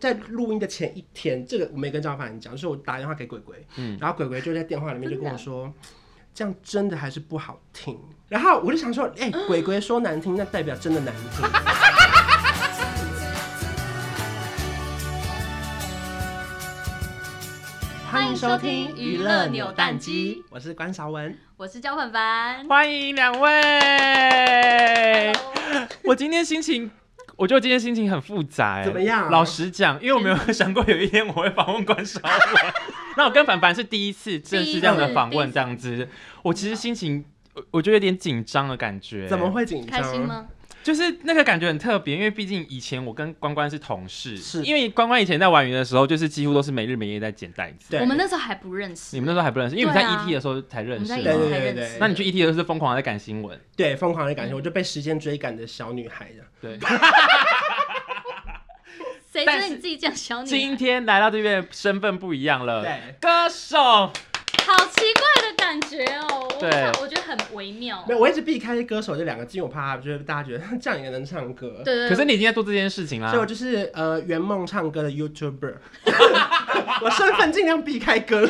在录音的前一天，这个我没跟张凡讲，就是我打电话给鬼鬼，然后鬼鬼就在电话里面就跟我说，这样真的还是不好听。然后我就想说，哎、鬼鬼说难听，那代表真的难听。欢迎收听娱乐扭蛋机，我是关韶文。我是焦凡凡，欢迎两位。我今天心情，我觉得我今天心情很复杂、哎怎么样老实讲，因为我没有想过有一天我会访问关少文。 那我跟凡凡是第一次正式这样的访问，这样子，我其实心情。我我觉得有点紧张的感觉，怎么？会紧张？开心？吗？就是那个感觉很特别，因为毕竟以前我跟关关是同事，是因为关关以前在玩鱼的时候，就是几乎都是没日没夜在剪袋子。对，我们那时候还不认识，你们那时候还不认识，因为你们在对啊 ET 的时候才我认们识在一对起嘛。才认对对识。那你去 ET 的时候是疯狂的在赶新闻，对疯狂的感情，我就被时间追赶的小女孩了。对。谁知但道是你自己讲小女今孩？天来到这边身份不一样了，对，歌手，好奇怪的感觉哦，我对不知道我觉得很微妙没。有，我一直避开歌手这两个字，因为我怕就是大家觉得这样也能唱歌。对对，可是对你已经在做这件事情啦啊所以，我就是呃圆梦唱歌的 YouTuber，我身份尽量避开歌。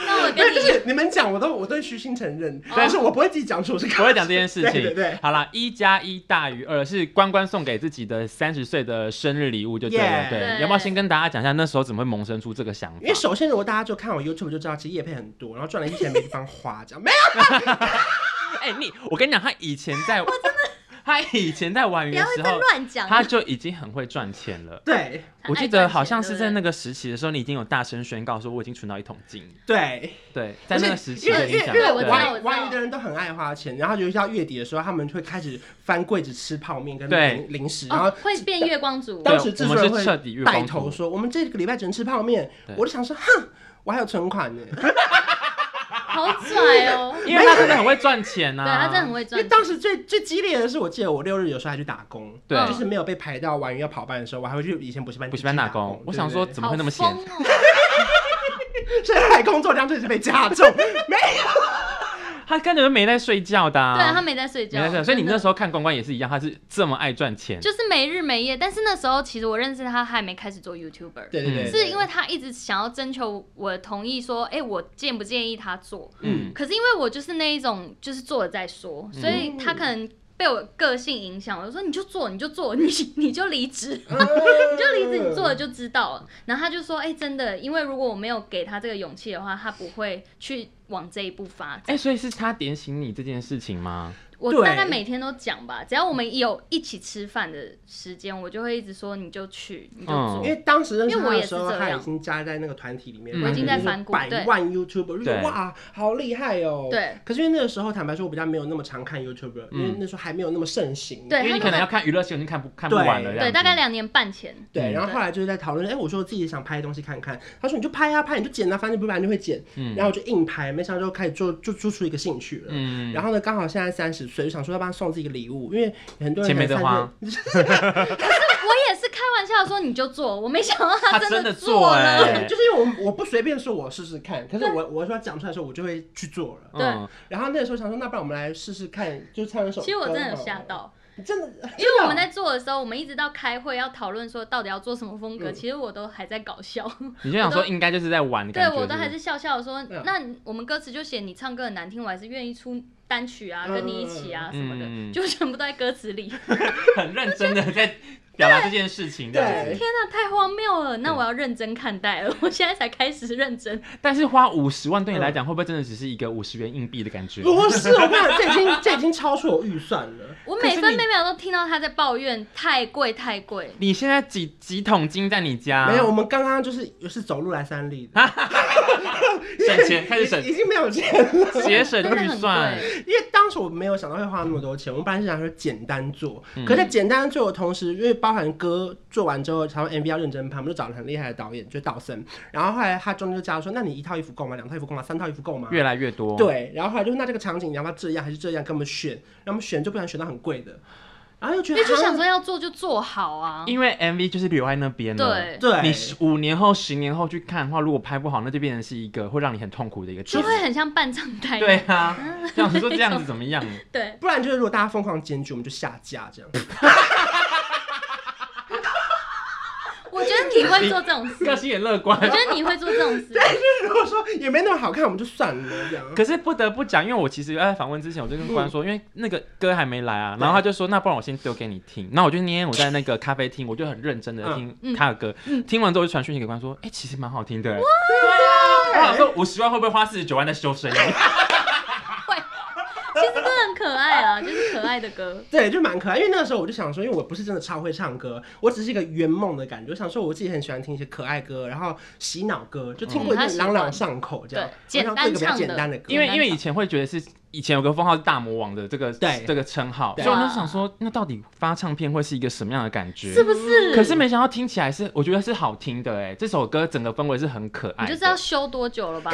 那我没有，跟就你是你们讲，我都我都虚心承认，哦但是我不会自己讲出我是歌手。不会讲这件事情。对对对，好啦，一加一大于二是关关送给自己的三十岁的生日礼物，就对了。 Yeah 对，对要不要先跟大家讲一下那时候怎么会萌生出这个想法因？为首先，如果大家就看我 YouTube 就知道，其实叶配很多，然后赚了一些没地方花，这样没有。哎、你，我跟你讲，他以前 在，他以前在玩鱼不的要时再候，乱讲，他就已经很会赚钱了。对我记得好像是在那个个时期的时候，你已经有大声宣告说我已经存到一桶金。对，对，在那个时期因的为因影为响。因对为我知道对我玩知道玩鱼的人都很爱花钱，然后尤其到月底的时候，他们会开始翻柜子吃泡面跟对零零食，然后哦，会变月光族。当时制我作们人是会彻底月带光头族。说我们这个礼拜只能吃泡面对，我就想说，哼，我还有存款 呢。好拽哦！ 因为他真的很会赚钱呐、对啊。他真的很会因赚为钱，当时最最激烈的是，我记得我六日有时候还去打工，对就是没有被排到完要跑班的时候，我还会去以前补习班补习班去打打工，我想说对怎么会那么闲？好疯哦！对对现在工作量真是被加 重，没他根本就没在睡觉的、啊。对他没在睡没觉在睡，觉，所以你真那的时候看关关也是一样，他是这么爱赚钱。就是没日没夜。但是那时候其实我认识他，他还没开始做 YouTuber，对对嗯对，对是因为他一直想要征求我的同意，说，哎、我建不建议他做？嗯，可是因为我就是那一种，就是做了再说，所以他可能被我个性影响，我就说你就做，你就做，你你就离职， 嗯 你就离职，你做了就知道了。然后他就说，哎、真的，因为如果我没有给他这个勇气的话，他不会去往这一步发哎、展。所以是他点醒你这件事情吗？我对大概每天都讲吧，只要我们有一起吃饭的时间，我就会一直说你就去，你就嗯做。因为当时认识因为他我也的是时候，这他已样经加在那个团体里面，嗯然后我已经就是在反骨百对万 YouTube，我就觉得对哇，好厉害哦。。对，可是因为那个时候，坦白说，我比较没有那么常看 YouTube，因嗯为那时候还没有那么盛行。对因为你他可那能个要看娱乐新闻就看不看不完了这样子。对，大概两年半前，对，嗯然后后来就是在讨论，哎、我说我自己想拍东西看看，他说你就拍啊拍，你就剪啊，反正你不拍就会剪，嗯然后我就硬拍，没想到就开始做，就做出一个兴趣了。嗯，然后呢，刚好现在三十岁，就想说要帮他送自己一个礼物，因为很多人钱没可能得30 花我也是开玩笑说你就做，我没想到他真真的做做了。哎对，就是因为我我不随便说，我试试看，可是我我说讲出来的时候，我就会去做了。对嗯然后那个时候想说，那不然我们来试试看，就唱一首歌。 其实我真的有吓，到，你真的，哦因为我们在做的时候，我们一直到开会要讨论说到底要做什么风格，嗯其实我都还在搞笑，你就想说应该就是在玩的感 对觉。我都还是是笑笑地说嗯，那我们歌词就写你唱歌很难听，我还是愿意出单曲嗯啊，跟你一起啊什么嗯的，就全部都在歌词 里。不是很认真的在表达这件事情这样对子。天哪，太荒谬了！那我要认真看待了， 我现在才开始认真。但是花五十万对你来讲，会不会真的只是一个五十元硬币的感觉？不是，我跟你讲，这已经这已经超出我预算了。我可是每分你每秒都听到他在抱怨太贵太贵，你现在几几桶金在你家？没有，我们刚刚就是是走路来三里的。省钱，开始 省已经没有钱了。节省真的预很算。贵。因为当时我没有想到会花那么多钱，我本来是想说简单做，嗯可在简单做的同时，因为包含歌做完之后，然后 MV 要认真拍，我们就找了很厉害的导演，就道森。然后后来他中间就加入说，那你一套衣服够吗？两套衣服够吗？三套衣服够吗？越来越多。对，然后后来就说那这个场景你要不要这样还是这样，跟我们选，然后我们选就不想选到很贵的，然后又觉因得为就好像想说要做就做好啊。因为 MV 就是留在那边了。对，对，你十五年后、十年后去看的话，如果拍不好，那就变成是一个会让你很痛苦的一个就经会历。很像 伴唱代对对 啊，这样子说这样子怎么样？对，不然就是如果大家疯狂 检举，我们就下架这样。我觉得你会做这种事，要我心眼乐观。觉得你会做这种事。如果说也没那么好看，我们就算了这样。可是不得不讲，因为我其实在访问之前，我就跟关说，因为那个歌还没来啊，嗯然后他就说，那不然我先丢给你听。那我就那天我在那个咖啡厅，我就很认真的听嗯他的歌，嗯听完之后就传讯息给关说，哎、其实蛮好听的、欸。对啊，我想说五十万会不会花四十九万在修声音？其实真的很可爱啊，就是可爱的 歌。对，就蛮可爱。因为那个时候我就想说，因为我不是真的超会唱歌，我只是一个圆梦的感觉。我想说我自己很喜欢听一些可爱歌，然后洗脑歌，就听过一嗯他遍喜欢朗朗上口这样。对我想做一个比较简单唱的简单的歌，因为很难因为以找前会觉得是以前有个封号是大魔王的这个对这个称号，对所以我就想说，那到底发唱片会是一个什么样的感觉？是不是？可是没想到听起来是，我觉得是好听的哎，这首歌整个氛围是很可爱你的。就知道修多久 了吧？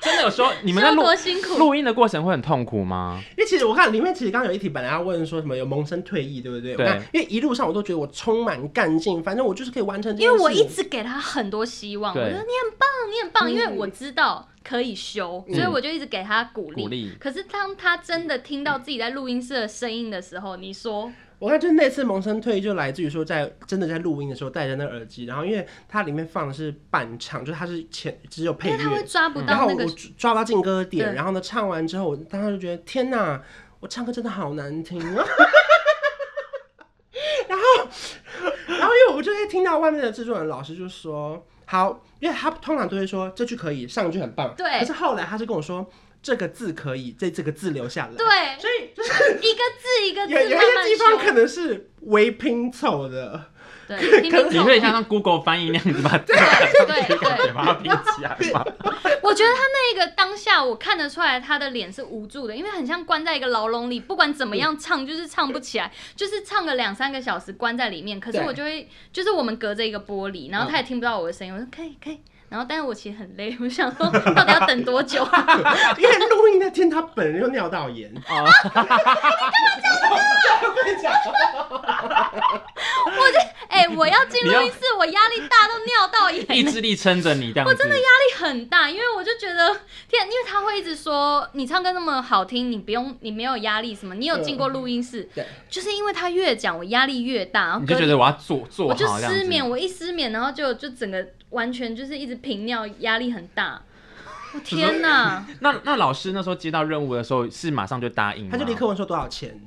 真的有时候你们在修录多辛苦，录音的过程会很痛苦吗？因为其实我看里面其实刚刚有一题本来要问说什么有萌生退役，对不对？对那因为一路上我都觉得我充满干劲，反正我就是可以完成这件因事为情。我一直给他很多希望，我对觉得你很棒，你很棒，嗯因为我知道可以修，嗯所以我就一直给他鼓励。鼓励可是当他真的听到自己在录音室的声音的时候，你说我看就是那次萌生退役就来自于说在真的在录音的时候戴着那耳机，然后因为它里面放的是伴唱，就是它是前只有配因为他乐嗯会，抓不然到后那我个，嗯抓不到进歌点，对然后呢唱完之后，我当时就觉得天哪，我唱歌真的好难听啊！ 然后，然后因为我就会听到外面的制作人老师就说，好，因为他通常都会说这句可以，上一句很棒，对可是后来他是跟我说这个字可以，这这个字留下来， 对，所以就是一个字一个字有有一慢些地方慢可修。能是微拼凑的，对，可拼拼能你凑会像像 Google 翻译那样子把这对啊对感对觉，把它拼起来吗？我觉得他那个当下，我看得出来他的脸是无助的，因为很像关在一个牢笼里，不管怎么样唱，就是唱不起来， 就是唱个两三个小时关在里面。可是对我就会，就是我们隔着一个玻璃，然后他也听不到我的声音，我说可以可以。然后，但是我其实很累，我想说 到底要等多久？啊 因为录音那天他本人又尿道炎， 哦，我跟你讲， 哎、我要进录音室，我压力大到尿道炎，意压志力撑着你这样子。我真的压力很大，因为我就觉得天，因为他会一直说你唱歌那么好听，你不用你没有压力什么，你有进过录音室，对就是因为他越讲我压力越大，然后你隔就觉得我要做做我好就这样失眠，子。我一失眠，然后就就整个完全就是一直频尿，压力很大。我是 天哪！那那老师那时候接到任务的时候是马上就答应吗，他就立刻问说多少钱，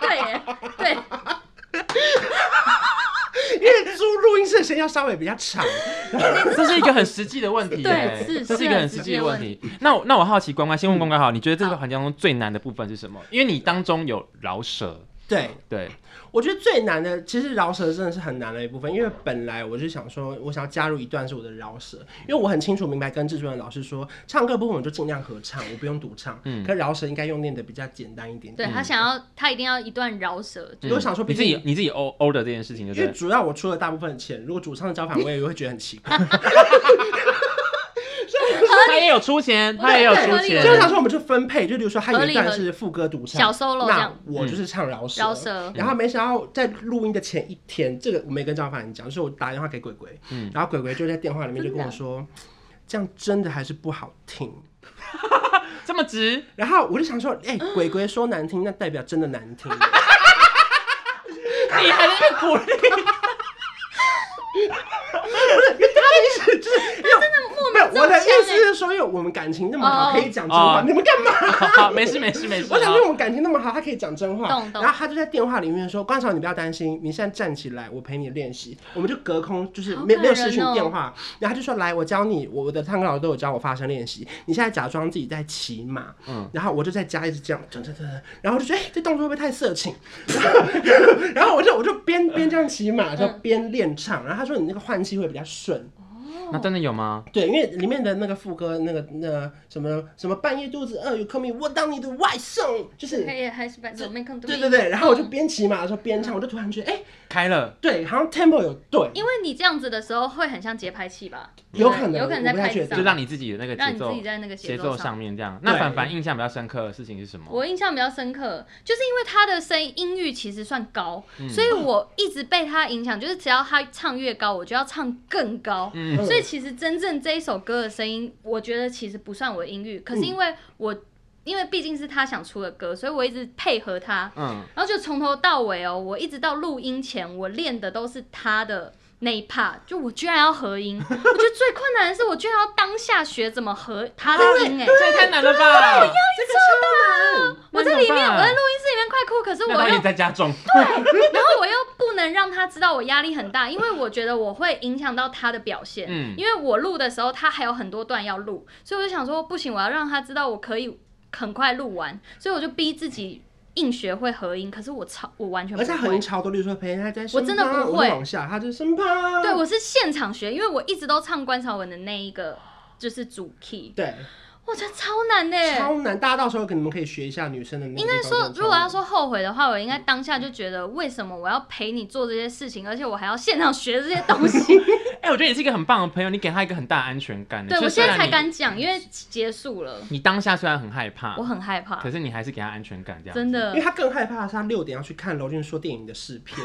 对耶 对， 因为租录音室的时间要稍微比较长，这是一个很实际的问题耶，哎对是这是一个很实际的问题。那我那我好奇，关关先问关关好，你觉得这个环境当中最难的部分是什么？因为你当中有饶舌，对。对，我觉得最难的，其实饶舌真的是很难的一部分，因为本来我就想说，我想要加入一段是我的饶舌，因为我很清楚明白跟制作人老师说，唱歌部分我就尽量合唱，我不用独唱，嗯可饶舌应该用念的比较简单一点对点。他想要他一定要一段饶舌，我想说你毕自竟己你自己欧欧的这件事情，对不因为对？主要我出了大部分的钱，如果主唱的交反，我也会觉得很奇怪。他也有出钱，我他也有出合理钱对就是想说我们就分配，就比如说他有一合理段合是副歌独唱，小 solo 这那样嗯我就是唱饶舌。饶舌。然后没想到在录音的前一天，这个我没跟张凡讲，就是我打电话给鬼鬼，嗯然后鬼鬼就在电话里面就跟我啊说，这样真的还是不好听。这么直，然后我就想说，哎、鬼鬼说难听，那代表真的难 听。你还在那边鼓励，他的意思就是，因为没有我的中枪意思是说，因为我们感情那么好，欸哦可以讲真话，哦你们干嘛？ 好好，没事没事没事。我想好说我们感情那么好，他可以讲真话。懂懂然后他就在电话里面说：“关少，你不要担心，你现在站起来，我陪你练习。”我们就隔空，就是没有好感人哦没有视讯电话，然后他就说：“来，我教你，我的唱歌老师都有教我发声练习。你现在假装自己在骑马，嗯然后我就在家一直这样，噔噔噔噔，然后我就觉得，哎、这动作会不会太色情？ 然后我就我就边边这样骑马，然后边练 唱。然后他说：“你那个换气会比较顺。”那真的有吗？对，因为里面的那个副歌，那个那个什么什么半夜肚子饿，有 call me，我当你的外送，就是可以还是把手面更多。对对对，然后嗯我就边骑马的时候边唱，我就突然觉得，哎、开了，对，好像 tempo 有对，因为你这样子的时候会很像节拍器吧？有可能有可能在我不太拍确定子上就让你自己的那个让节你自奏己在那个节奏奏上面这样。那对凡凡印象比较深刻的事情是什么？我印象比较深刻，就是因为他的声音音域其实算高，嗯所以我一直被他影响，就是只要他唱越高，我就要唱更高。嗯所以其实真正这一首歌的声音，我觉得其实不算我的音域，可是因为我因为毕竟是他想出的歌，所以我一直配合他，嗯，然后就从头到尾哦，我一直到录音前，我练的都是他的那一 part，就我居然要合音，我觉得最困难的是我居然要当下学怎么合他的音哎、这也太难了 吧！这个超难。我在里面，我在录音室里面快哭，可是那我他又也在家中， 然后我又不能让他知道我压力很大，因为我觉得我会影响到他的表现。嗯因为我录的时候他还有很多段要录，所以我就想说不行，我要让他知道我可以很快录完，所以我就逼自己硬学会合音。可是我超我完全不而且很会。超多，例如说陪他在身旁，我真的不会我会往下，他就是身旁。对，我是现场学，因为我一直都唱关潮文的那一个就是主 key，对，我觉得超难的耶。超难。大家到时候给你们可以学一下女生的那个地应方真该的超难。说，如果要说后悔的话，我应该当下就觉得，为什么我要陪你做这些事情，而且我还要现场学这些东西？哎，我觉得你是一个很棒的朋友，你给他一个很大的安全感。对，就我虽现在然才你。敢讲，因为结束了，你当下虽然很害怕我，很害怕啊可，是你还是给他安全感，这样真。的 因为。他更害怕的是他六点要去看娄俊硕电影的试 片，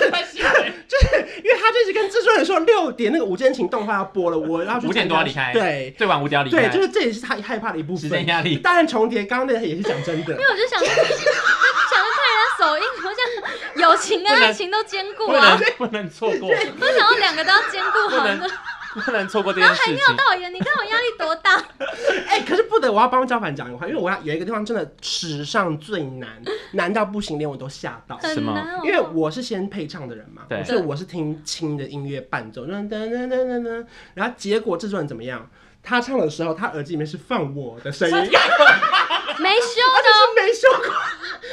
因为他就一直跟制作人说六点那个《无间情》动画要播了，我要去五参点多加要离开，对最晚五点要离对，开，就是这也是他害怕的一部时间分。压力。当然重叠，刚刚那也是讲真 的因。为我就想说，想 着看人家手印，我想友情跟爱情都兼顾不啊能，不能错过，我想要两个都要兼顾好不能呢。不能错过这件事情。导演，你看我压力多大？哎、可是不得，我要帮张凡讲一话，因为我要有一个地方真的史上最难，难到不行，连我都吓到。什很么难哦。因为我是先配唱的人嘛对，所以我是听轻的音乐伴奏，噔噔噔噔噔噔，然后结果制作人怎么样？他唱的时候，他耳机里面是放我的声音，而且没修是的，没修过。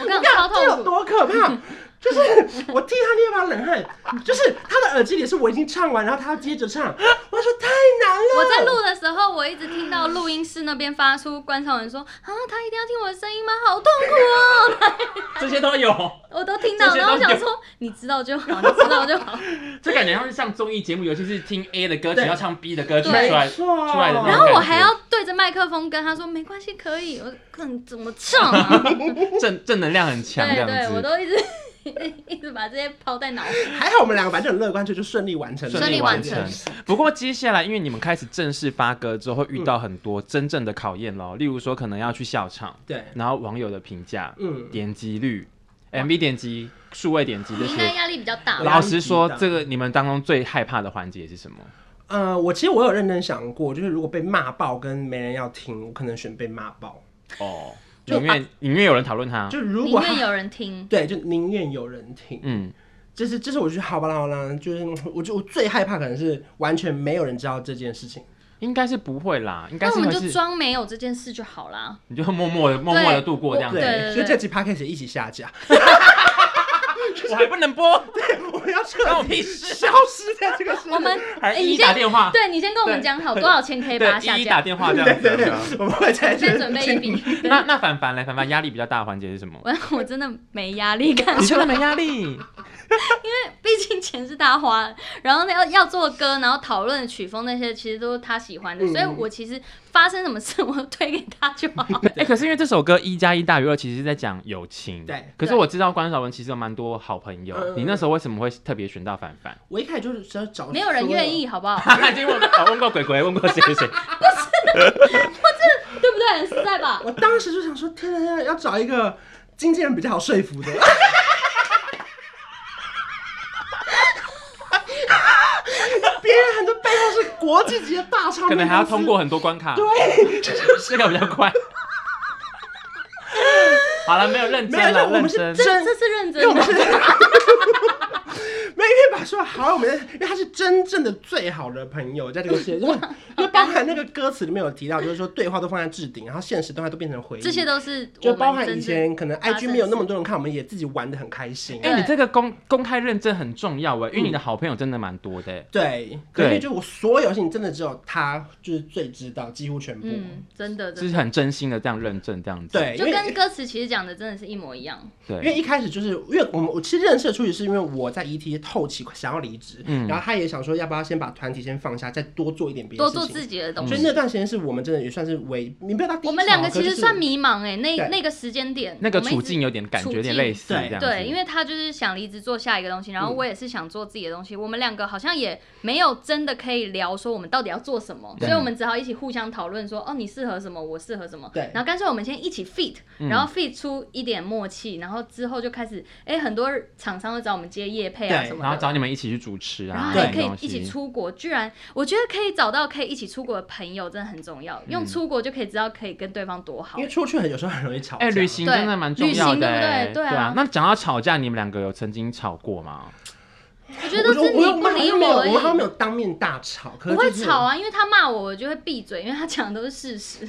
我跟你讲超这有痛苦。多可怕？就是我替他捏把冷汗，就是他的耳机里是我已经唱完，然后他要接着唱，我说太难了。我在录的时候，我一直听到录音室那边发出观察人说：“啊，他一定要听我的声音吗？好痛苦哦这些都有，！”我都听这到，些然后我都有想说，你知道就好，你知道就好。这感觉像是上综艺节目，尤其是听 A 的歌曲对要唱 B 的歌曲出对来没，错，出来的那然种后我还要对着麦克风跟他说：“没关系，可以。”我更怎么唱啊？正正能量很 强这对样对，子。我都一直一直 把这些抛在脑后。还好我们两个反正很乐观，就就顺利完成了，顺利完成不过接下来，因为你们开始正式发歌之后，会遇到很多真正的考验咯，例如说可能要去笑场，对，然后网友的评价、嗯，点击率、MV 点击、数位点击这你应该些。压力比较大吧？老实说压力，极大这个你们当中最害怕的环节是什么？呃，我其实我有认真想过，就是如果被骂爆跟没人要听，我可能选被骂爆，哦，就啊宁愿宁愿有人讨论他。就如宁果愿有人 听，对，就宁愿有人听，嗯，这是这是我觉得好吧好啦，就是我就我最害怕可能是完全没有人知道这件事情。应该是不会啦，应该那我是们会，就是装没有这件事就好啦。你就默默的默默的度过这样子。对对对，所以对这期 podcast 也一起下 架，我 还不能播，我们要彻关我底屁事消失在这个世界。我们还哎一你一打 先电话，对你先跟我们讲好多少钱可以把它下一一打架，电话这对 样对对子。，我们会在这先 准备一笔。那那凡凡嘞，凡凡压力比较大的环节是 什么？我我真的没压力感， 你真的没压力？毕竟钱是他花的，然后呢要要做歌，然后讨论曲风那些，其实都是他喜欢的，嗯所以我其实发生什么事 我推给他就好。哎，可是因为这首歌一加一大于二，其实是在讲友情。对。可是我知道关晓雯其实有蛮多好朋友，嗯你那时候为什么会特别选到凡凡？ 我一开始就是想要找，没有人愿，意，好不好？哈哈，已经问过啊问过鬼鬼，问过谁 谁谁，对不对？很实在吧？ 我当时就想说，天哪，要找一个经纪人比较好说服的。 别人很多背后是国际级的大唱片公司，可能还要通过很多关卡，对， 就是 这个比较快。好了，没有认没有真因为了，我认们是真。真这这是认因为我真们的是，。 没有，因为把说好，我们因为他是真正的最好的朋友，在这个世界，因为因为包含那个歌词里面有提到，就是说对话都放在置顶，然后现实动态都变成回忆， 这些都是我就们包含真以正前可能发生 IG 没有那么多人看，我们也自己玩的很开心。哎、对你这个公公开认证很重要哎，因为嗯你的好朋友真的蛮多的欸。对，可是就我所有事情真的只有他就是最知道，几乎全部。嗯，真的，就真是的，很真心的这样认证，这样子。对，因就为跟歌词其实讲的真的是一模一样。因为对，一开始就是因为我们我其实认识的初始是因为我在 ET 后期想要离职，嗯然后他也想说要不要先把团体先放下，再多做一点别的多事情。做自己的东所以西。那段时间是我们真的也算是为，你不要到低我们潮啊两个可其实就是算迷茫哎、对那那个时间点，那个我们一处直境有点感觉有点类似这样子，对，因为他就是想离职做下一个东西，然后嗯我也是想做自己的东西，我们两个好像也没有真的可以聊说我们到底要做什么，对所以我们只好一起互相讨论说，哦，你适合什么，我适合什么，对嗯然后干脆我们先一起 fit，然后 fit 出一点默契，然后之后就开始，哎，很多厂商会找我们接业配啊对什么然后的。找你们一起去主持然啊，后对还可这以种东西一起出国，居然我觉得可以找到可以一起出国的朋友，真的很重要。用出国就可以知道可以跟对方多好嗯因为。出去很有时候很容易吵架。哎、旅行真的蛮重要的、哎对旅行对不对对啊啊。那讲到吵架，你们两个有曾经吵过吗？我觉我得说是你我我不们好理像没有，我我而已。们好像没有当面大吵，可我是、会就是、吵啊，因为他骂我，我就会闭嘴，因为他讲的都是事实。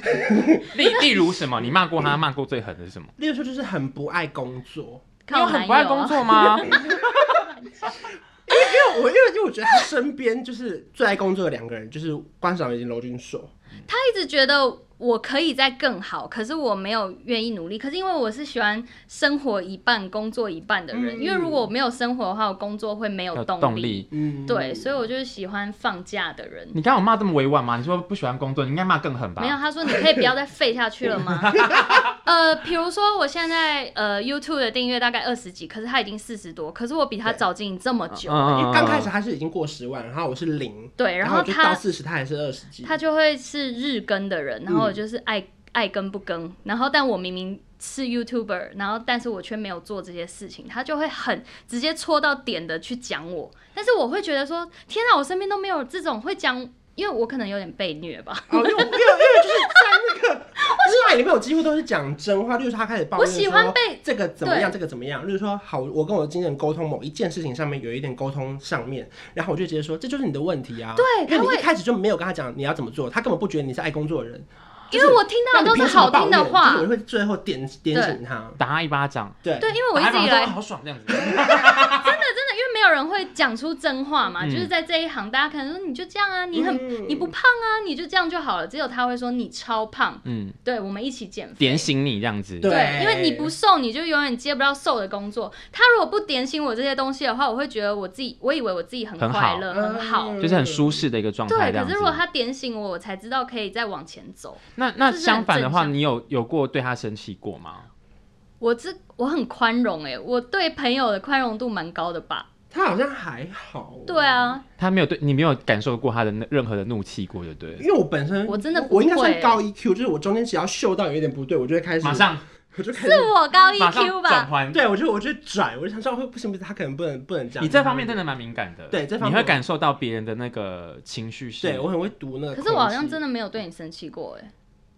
例例如什么？你骂过他，骂过最狠的是什么？例如说，就是很不爱工作，你有 靠很男不爱友工啊，作吗？因 为我因为因为我觉得他身边就是最爱工作的两个人，就是关晓以及娄俊硕。他一直觉得我可以再更好，可是我没有愿意努力。可是因为我是喜欢生活一半、工作一半的人，嗯因为如果我没有生活的话，我工作会没 有有动动力。嗯，对，所以我就是喜欢放假的人。你刚刚有骂这么委婉吗？你说不喜欢工作，你应该骂更狠吧？嗯没有，他说你可以不要再废下去了吗？呃，比如说我现在呃 YouTube 的订阅大概二十几，可是他已经四十多，可是我比他对早进这么久。因嗯为刚开始他是已经过十万，然后我是零，对，然然后我就到他四十，他还是二十几。他就会是日更的人，然后我嗯就是爱、爱更不更，然后但我明明是 YouTuber，然后但是我却没有做这些事情，他就会很直接戳到点的去讲我，但是我会觉得说，天啊，我身边都没有这种会讲，因为我可能有点被虐吧，哦，因为我因为因为就是在那个 赖里面，我几乎都是讲真话。例如说，他开始抱我怨喜欢说被这个怎么样，这个怎么样。例如说，好，我跟我的经纪人沟通某一件事情上面有一点沟通上面，然后我就直接说，这就是你的问题啊。对因他为会你一开始就没有跟他讲你要怎么做，他根本不觉得你是爱工作的人。因为我听到那的都你是凭什么好听的抱怨话就是，我会最后点点醒他。打他一巴掌，对对，因为我一打 直巴以掌来说好爽这样子。真的，因为没有人会讲出真话嘛，嗯就是在这一行，大家可能说你就这样啊，你很、嗯你不胖啊，你就这样就好了，只有他会说你超胖，嗯，对我们一起减肥。点醒你这样子。对对，因为你不瘦，你就永远接不到瘦的工作。他如果不点醒我这些东西的话，我会觉得我自己，我以为我自己很很好快乐，很好。嗯就是很舒适的一个状态对，这样可子是如。果他点醒我，我才知道可以再往前走。那那就是很相反的话，正向你有有过对他生气过吗？我这我很宽容诶、我对朋友的宽容度蛮高的吧？他好像还好。对。啊，他没有对你没有感受过他的任何的怒气过，对不对？因嗯为我本身我真的不我应该会算高 EQ，就是我中间只要嗅到有一点不对，我就会开始马上我就开始是我高马上 EQ 转吧？换。对，我就我就拽，我就想说，哦不行不行，他可能不能不能这样。你这方面真的蛮敏感的，对这方面你会感受到别人的那个情绪是。对我很会读那个。可是我好像真的，的没有对你生气过诶、欸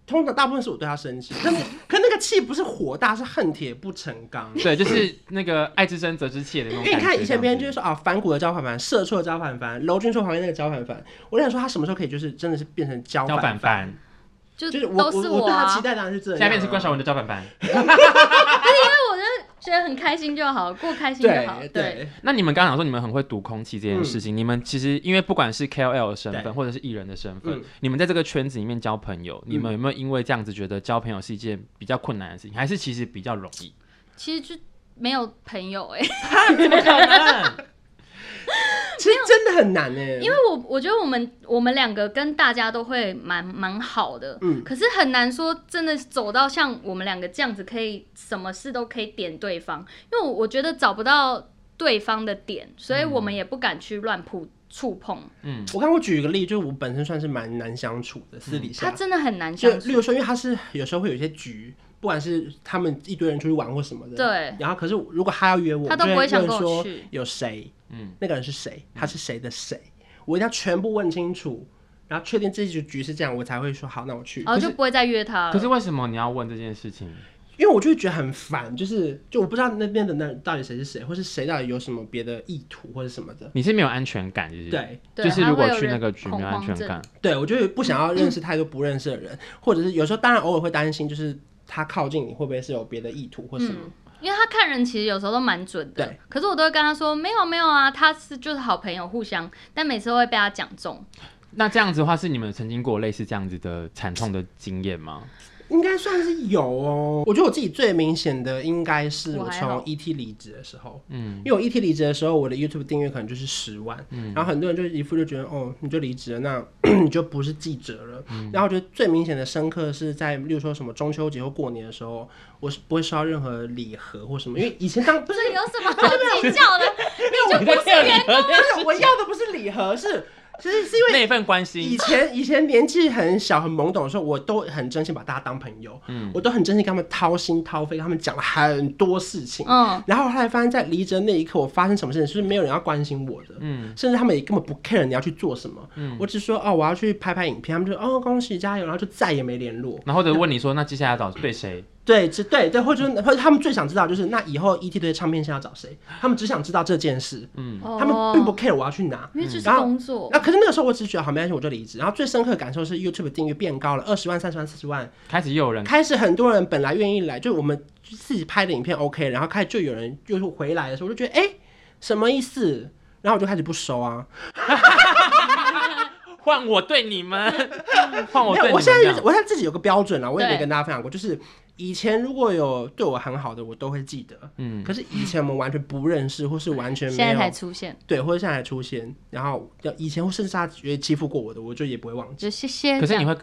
通常大部分是我对他生气， 但是可那个气不是火大，是恨铁不成钢。对，就是那个爱之深责之切 的那因种为感觉。你看以前别人就是是说啊，反骨的交反凡，社畜的交反凡，娄俊硕旁边那个交反凡，我想说他什么时候可以就是真的是变成交叫反凡凡？凡，就就是我都是我我对他期啊，待当然是这样啊。下面是关晓雯的叫凡凡。那我就觉得很开心就好，过开心就好。对对，对那你们刚刚讲说你们很会读空气这件事情，你们其实因为不管是 KOL 的身嗯对份或者是艺人的身份，嗯你们在这个圈子里面交朋友，你们有没有因为这样子觉得交朋友是一件比较困难的事情，还是其实比较容 易？其实就没有朋友诶、欸怎么可能？其实真的很难呢，欸因为我我觉得我们我们两个跟大家都会蛮蛮好的，嗯可是很难说真的走到像我们两个这样子，可以什么事都可以点对方，因为我我觉得找不到对方的点，所以我们也不敢去乱碰触碰，我看我举一个例，就是我本身算是蛮难相处的，私底嗯他下。真的很难就相例处。如说，因为他是有时候会有一些局，不管是他们一堆人出去玩或什么的，对，然后可是如果他要约我，他都不我会就想会跟问说我去有谁，嗯嗯，那个人是谁，他是谁的谁，我一定要全部问清楚，然后确定这局局是这样，我才会说好，那我去然。后哦就不会再约他了。 可是为什么你要问这件事情？因为我就会觉得很烦，就是就我不知道那边的那到底谁是谁，或是谁到底有什么别的意图或者什么的。你是没有安全感，就是对，对就是如果他会有去那人个局没有安全恐感慌，对我就是不想要认嗯识太多不认识的人，或者是有时候当然偶尔会担心，就是他靠近你会不会是有别的意图或什么。嗯，因为他看人其实有时候都蛮准的对，可是我都会跟他说没有没有啊，他是就是好朋友互相，但每次都会被 他讲中。那这样子的话，是你们曾经过类似这样子的惨痛的经验吗？应该算是有哦。我觉得我自己最明显的应该是我我还从好 ET 离职的时候，嗯，因为我 ET 离职的时候，我的 YouTube 订阅可能就是十万，然后很多人就一副就觉得哦，你就离职了，那 你就不是记者了。然后我觉得最明显的深刻是在，例如说什么中秋节或过年的时候，我是不会收到任何礼盒或什么，因为以前当不不是是有什么好计较 的？你就你不在是骗员你儿不是啊我要的不是礼盒，是其实是因为那份关以心，前以前年纪很小很懵懂的时候，我都很真心把大家当朋友，嗯我都很真心跟他们掏心掏肺，跟他们讲了很多事情。嗯，然后后来发现，在离职的那一刻，我发生什么事情是没有人要关心我的，嗯甚至他们也根本不 care 你要去做什么。嗯我只说哦，我要去拍拍影片，他们就哦恭喜加油，然后就再也没联络。然后或者问你说，那接下来要找对谁？对，只对对，或者说或者他们最想知道就是那以后 ET 的唱片线要找谁，他们只想知道这件事，嗯，他们并不 care 我要去哪。哦因为就是嗯然后工作嗯那、，可是那个时候我只是觉得好没关系，我就离职。然后最深刻的感受是 YouTube 订阅变高了，二十万、三十万、四十万，开始又有人，开始很多人本来愿意来，就我们自己拍的影片 OK，然后开始就有人就是回来的时候，我就觉得哎、诶什么意思？然后我就开始不收啊。换我对你们， 换哦我没有对你我们现这在样就是。我现在自己有个标准了，我也没对跟大家分享过，就是以前如果有对我很好的，我都会记得。嗯，可是以前我们完全不认识，或是完全现没在才有出现，对，或者现在才出现，然后以前或甚至他觉得欺负过我的，我就也不会忘记。就谢谢。可是你会，会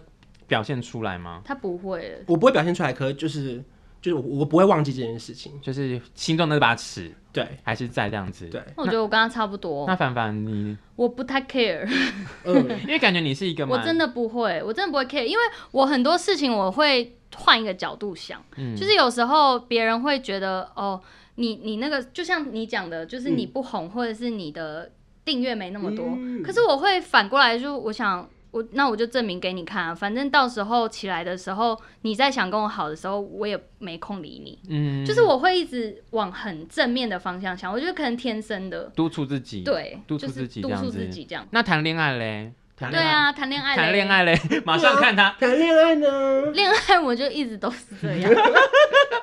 表现出来吗？他不会了，我不会表现出来，可是就是就是我我不会忘记这件事情。就是心中的那把尺对还是在这样子。对，我觉得我跟他差不多，那凡凡你，我不太 care。 嗯，因为感觉你是一个我真蛮，的不会，我真的不会 care，因为我很多事情我会换一个角度想，嗯就是有时候别人会觉得哦，你你那个就像你讲的，就是你不红、或者是你的订阅没那么多，嗯可是我会反过来就我想。我那我就证明给你看啊，反正到时候起来的时候，你再想跟我好的时候，我也没空理你。嗯，就是我会一直往很正面的方向想，我觉得可能天生的，督促自己。，对，督就促自是己督这样促子自己这样。那谈恋爱嘞？谈对恋爱啊，谈恋爱嘞，谈恋爱嘞？ 马上看他。谈恋爱呢？恋爱 我就一直都是这样，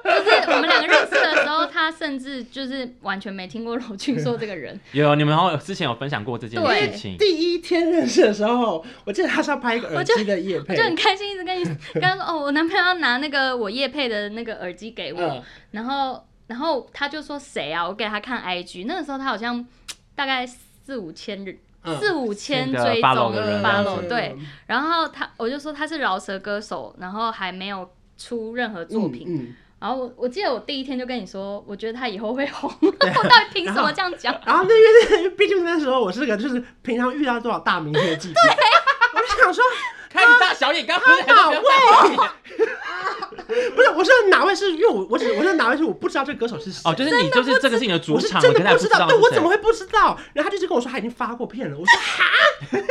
就是我们两个认识的时候，他甚至就是完全没听过娄俊硕这 个人，有你们好像有之前有分享过这件对事情，第一天认识的时候，我记得他是要拍一个耳机的夜我配嗯就，很开心，一直跟你跟他说，哦，我男朋友要拿那个我叶配的那个耳机给我，嗯，然后然后他就说谁啊？我给他看 IG，那个时候他好像大概四五千人。嗯四五千新的追踪 follow 的人 follow，嗯对，然后他我就说他是饶舌歌手，然后还没有出任何作品，嗯嗯然后我我记得我第一天就跟你说，我觉得他以后 会红，我到底凭什么这样讲？然后那因为毕竟那时候我是个就是平常遇到多少大明星的 记者，我就想说，看你大小眼，刚不哪是还在那哦边大不是，我说哪位是因为我我只我说哪位是我不知道这个歌手是谁，哦，就是你就是这个是你的主我是场，真的可是还不不知道对我是怎么谁？会不知道？然后他就一直跟我说他已经发过片了，我说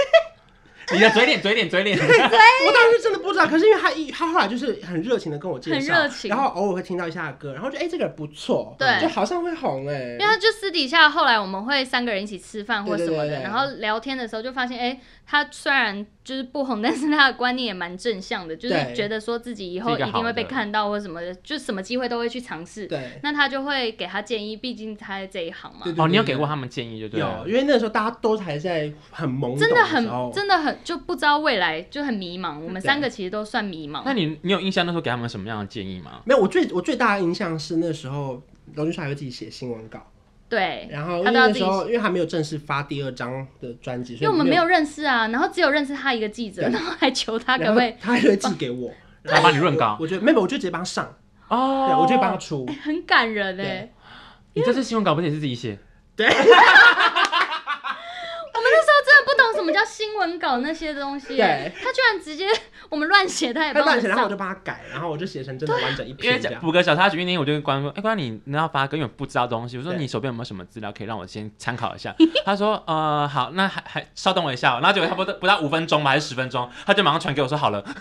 你的嘴脸，嘴脸，嘴脸。哦我当时是真的不知道，可是因为他一他后来就是很热情的跟我介绍，很热情然后偶尔会听到一下歌，然后就哎、这个人不错，对就好像会红哎、因为他就私底下后来我们会三个人一起吃饭或什么的，对对对对然后聊天的时候就发现，哎、他虽然就是不红，但是他的观念也蛮正向的，就是对觉得说自己以后是一个一定会被好的看到或什么的，就什么机会都会去尝试。对。那他就会给他建议，毕竟他在这一行嘛对，对哦，你有给过他们建议就对啊有，。了因为那时候大家都还在很懵懂真的时候很真的很就不知道未来，就很迷茫。我们三个其实都算迷茫。那你你有印象那时候给他们什么样的建议吗？没有。我最我最大的印象是那时候龙俊帅还会自己写新闻稿，对，然后因他为都要那自己时候因为还没有正式发第二张的专辑，所因以为我们没没有认识啊，然后只有认识他一个记者，对然后还求他可然不后可以，他还会哦寄给我，他帮你润稿我觉得没有，我就直接帮他上，对，哦我就帮他出。很感人哎、对你这次新闻稿不是也是自己写？对，我们那时候真的不懂什么叫新闻稿那些东西欸、对他居然直接我们乱写，他也他帮我乱们写，然后上我就。帮他改，然后我就写成真的完整一因篇为这讲样。补个小插曲，因为那天我就跟关说，哎、关你你要发歌，因为我不知道东西，我说对你手边有没有什么资料可以让我先参考一下？他说，呃，好，那还还稍等我一下、哦，然后结果差不多不到五分钟吧，还是十分钟，他就马上传给我说好了。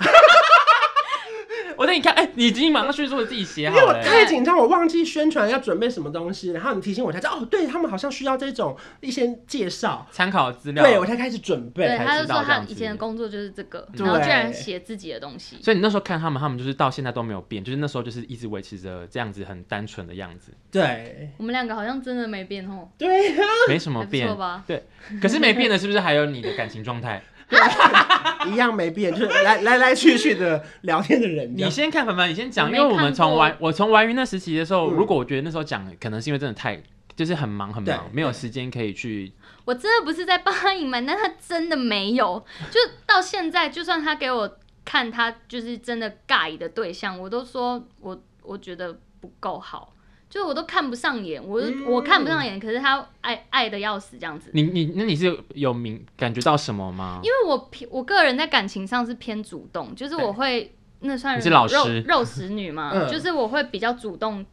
我说你看，哎、你已经马上迅速的自己写因好为我了、欸太紧张，我忘记宣传要准备什么东西，然后你提醒我才知道哦，对他们好像需要这种一些介绍，参考资料。对我才开始准对，备。才他就知道说这他样以子前的工作就是这个，嗯对然后居然写自己的东西。所以你那时候看他们，他们就是到现在都没有变，就是那时候就是一直维持着这样子很单纯的样子，对我们两个好像真的没变哦，对呀，没什么还不错变。吧？ 可是没变的是不是还有你的感情状态？啊一样没变，就是来来来去去的聊天的人这你样。先看凡凡，你先讲，我因没为我们看从过玩我从玩云那时期的时候，嗯如果我觉得那时候讲，可能是因为真的太就是很忙很对忙，没有时间可以去。我真的不是在帮他隐瞒，但他真的没有。就到现在，就算他给我看他就是真的尬的对象，我都说我我觉得不够好，就我都看不上眼，我、嗯我看不上眼，可是他爱爱的要死这样子。你你那你是有有明感觉到什么吗因？为我偏我个人在感情上是偏主动，就是我会那算你是老师肉肉食女嘛， 嗯就是我会比较主动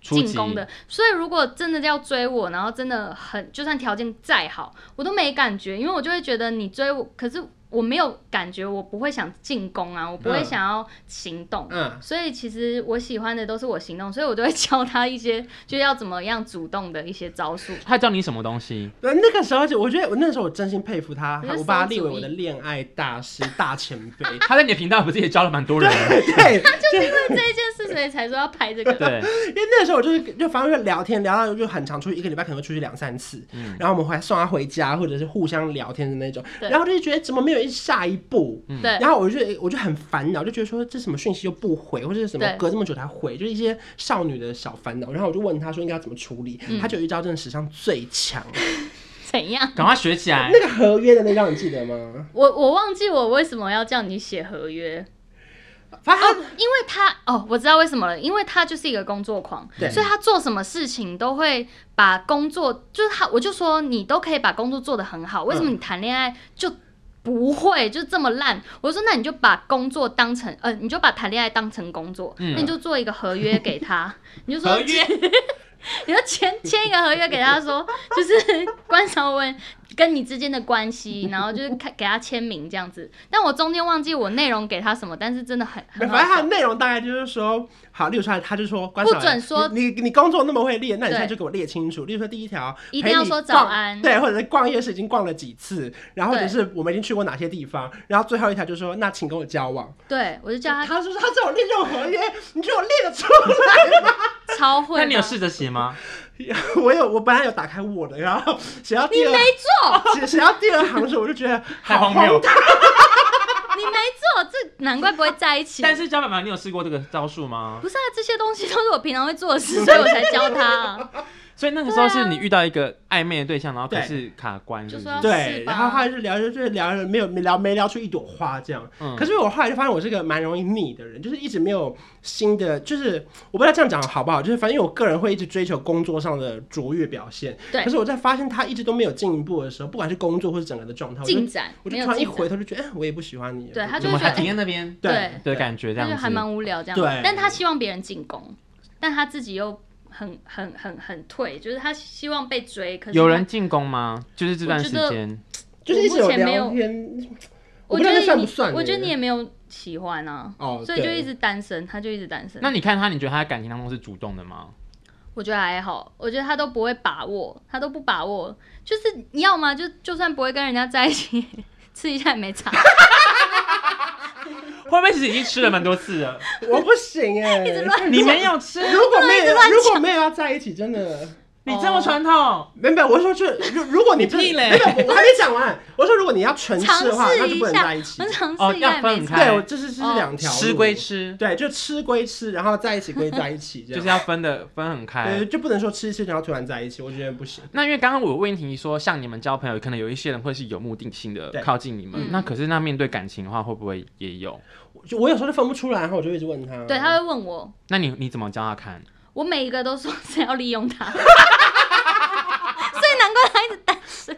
初进级攻的，所以如果真的要追我，然后真的很，就算条件再好，我都没感觉，因为我就会觉得你追我，可是我没有感觉，我不会想进攻啊，我不会嗯想要行动。嗯，所以其实我喜欢的都是我行动，所以我都会教他一些就要怎么样主动的一些招 数。他教你什么东西？那那个时候就我觉得我那时候我真心佩服他，你是我把他馊主列为我的意恋爱大师大前辈。他在你的频道不是也教了蛮多人的？对，因为这一件事，所以才说要拍这个。 对，因为那时候我就是就反正就聊天聊到就很常出去，一个礼拜可能会出去两三次，嗯然后我们回来送他回家，或者是互相聊天的那种，对然后就觉得怎么没有一下一步。嗯对然后我就我就很烦恼，就觉得说这什么讯息又不回，或者是什么对隔这么久才回，就是一些少女的小烦恼。然后我就问他说应该要怎么处理，嗯他就有一招真的史上最强， 怎样？赶快学起来。那个合约的那张你记得吗？我我忘记我为什么要叫你写合约，反正哦，因为他哦，我知道为什么了，因为他就是一个工作狂，对所以他做什么事情都会把工作，就是他，我就说你都可以把工作做得很好，嗯为什么你谈恋爱就不会就这么烂？我说那你就把工作当成，呃，你就把谈恋爱当成工作，嗯那你就做一个合约给 他，你就说合约，你要签签一个合约给他说，就是 关少文跟你之间的关系，然后就是看给他签名这样子。但我中间忘记我内容给他什么，但是真的很没很有哦好反正他笑的。内容大概就是说，好，例如说他就说关不少爷准说你你你工作那么会列，那你对现在就给我列清楚。例如说第一条，一陪定要你说早逛安对，或者是逛夜市已经逛了几次，然后或者对是我们已经去过哪些地方，然后最后一条就说那请跟我交往。对，我就叫他他说他这种列这种合约，你觉得我列得出来吗？超会吧。那你有试着写吗？我有，我本来有打开我的，然后写到第你二没，做，写写到第二行的时候，我就觉得 太好荒谬荒唐。你没做，这难怪不会在一起。但是教凡凡，你有试过这个招数吗？不是啊，这些东西都是我平常会做的事，所以我才教他、啊。所以那个时候是你遇到一个暧昧的对象，然后可对是卡关，是不就说是？对，是吧然后后来就聊，就是聊着没有没聊没聊出一朵花这样。嗯可是我后来就发现我是个蛮容易腻的人，就是一直没有新的，就是我不知道这样讲好不好，就是反正我个人会一直追求工作上的卓越表现。对可是我在发现他一直都没有进步的时候，不管是工作或是整个的状态，我就进展我没就有突然一进回展，头就觉得，哎，我也不喜欢你。对他怎就么会觉还得哎停在那边对的感觉这他样就子？还蛮无聊这样。对但他希望别人进攻，但他自己又很很很很退，就是他希望被追。可是有他人进攻吗？就是这段时我觉间，就是一直有我目前没聊有天，我我不知觉道得这算你不算我觉得耶你也没有喜欢啊，哦，所以就对一直单身，他就一直单身。那你看他，你觉得他在感情当中是主动的吗？我觉得还好，我觉得他都不会把握，他都不把握，就是要么就就算不会跟人家在一起， 吃一下也没差，会不会其实已经吃了蛮多次 了？我不行哎，一直乱你没有 吃，如果没一直有乱如果没有要在一起，真的。你这么传统，没有没有，我说就如如果你真你屁嘞没有，我还没讲完。我说如果你要纯吃尝的话，那试就一不能下，嗯在一我起。尝哦试一下也要分没差。开对，我这是这是哦两条路吃归，吃，对，就吃归吃，然后在一起归在一 起，这就样是要分的分很开对，。就不能说吃一吃然后突然在一起，我觉得不行。那因为刚刚我问题说，像你们交朋友，可能有一些人会是有目的性的对靠近你们嗯。那可是那面对感情的话，会不会也有？我就我有时候就分不出来，然后我就一直问他。对，他会问我，那你你怎么教他看？我每一个都说是要利用他，所以难怪他一直单身。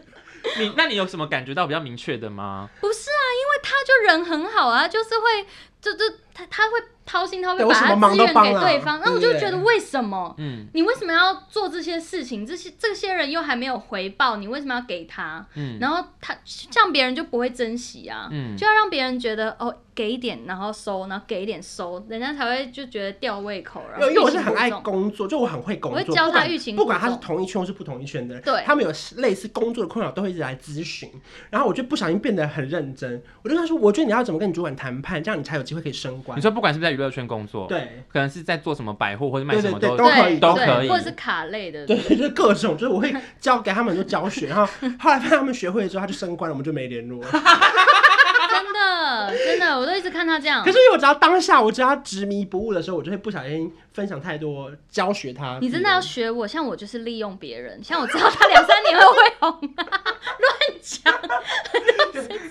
你那你有什么感觉到比较明确的吗？不是啊，因为他就人很好啊，就是会，就就他他会掏心掏肺对我把什么他忙资都源帮给啊对方，那我对就不对觉得为什么？嗯你为什么要做这些事情？这些这些人又还没有回报，你为什么要给他？嗯然后他这样别人就不会珍惜啊，嗯就要让别人觉得哦，给一点然后收，然后给一点收，人家才会就觉得吊胃口。然因后为因为我是欲擒很故爱纵工作，就我很会工啊我作，会教他不管欲擒不管故他纵是同一圈或是不同一圈的人，对他们有类似工作的困扰，都会一直来咨询。然后我就不小心变得很认真，我就跟他说，我觉得你要怎么跟你主管谈判，这样你才有机会可以升官你。说不管是不是在娱乐圈工作，对可能是在做什么百货或者卖对什对么对都都可以对都可以或者是卡类的，对，就是各种，就是我会教给他们很多教学，然后后来发现他们学会了之后，他就升官了，我们就没联络了。 真的真的，我都一直看他这样可。是因为我只要当下，我只要执迷不悟的时候，我就会不小心分享太多教学他。你真的要学我，像我就是利用别人，像我知道他两三年后会红啊，乱讲，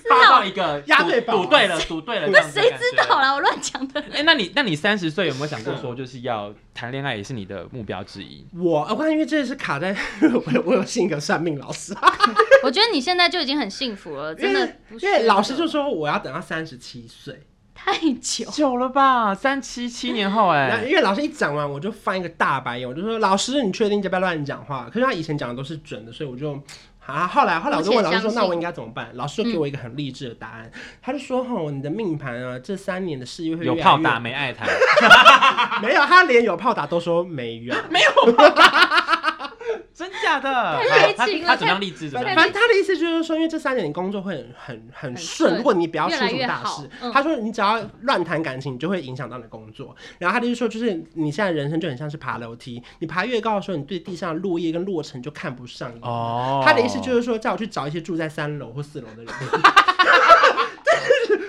发到一个压赌对宝啊赌 对了，赌对了，这那样子的谁感知觉道？啦？我乱讲的。哎、那你那你三十岁有没有想嗯过说，就是要谈恋爱也是你的目标之一？我，我看因为这是卡在 我有我有信一个算命老师，我觉得你现在就已经很幸福了，真因的为不需因要了。为老师就说我要等到三十七岁，太久，久了吧，三七七年后哎、然后因为老师一讲完我就翻一个大白眼，我就说老师你确定这边乱讲话？可是他以前讲的都是准的，所以我就。啊！后来，后来我就问老师说目前相：“信那我应该怎么办？”老师就给我一个很励志的答案，他就说：“吼，你的命盘啊，这三年的事业会越有来越炮打没爱谈，没有，他连有炮打都说 没有。 真假的？太好他激情了他怎么样励志？怎反么反样？正他的意思就是说，因为这三年你工作会很很很顺，顺如果你不要出什么越来越大好事，嗯他说你只要乱谈感情，你就会影响到你的工作。然后他就是说，就是你现在人生就很像是爬楼梯，你爬越高的时候，你对地上的落叶跟落尘就看不上眼。哦他的意思就是说，叫我去找一些住在三楼或四楼的人。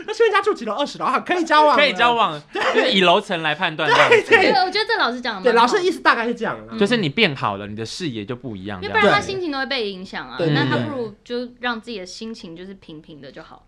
那现在家住几楼？二十楼啊，可以交往，可以交。往，就是以楼层来判断对这样对，对我觉得这老师讲的对，蛮老好师的意思大概是这样啦子，。就是你变好了，你的视野就不一样。嗯因这样为不然子他心情都会被影响啊。对那对他对不如就让自己的心情就是平平的就好。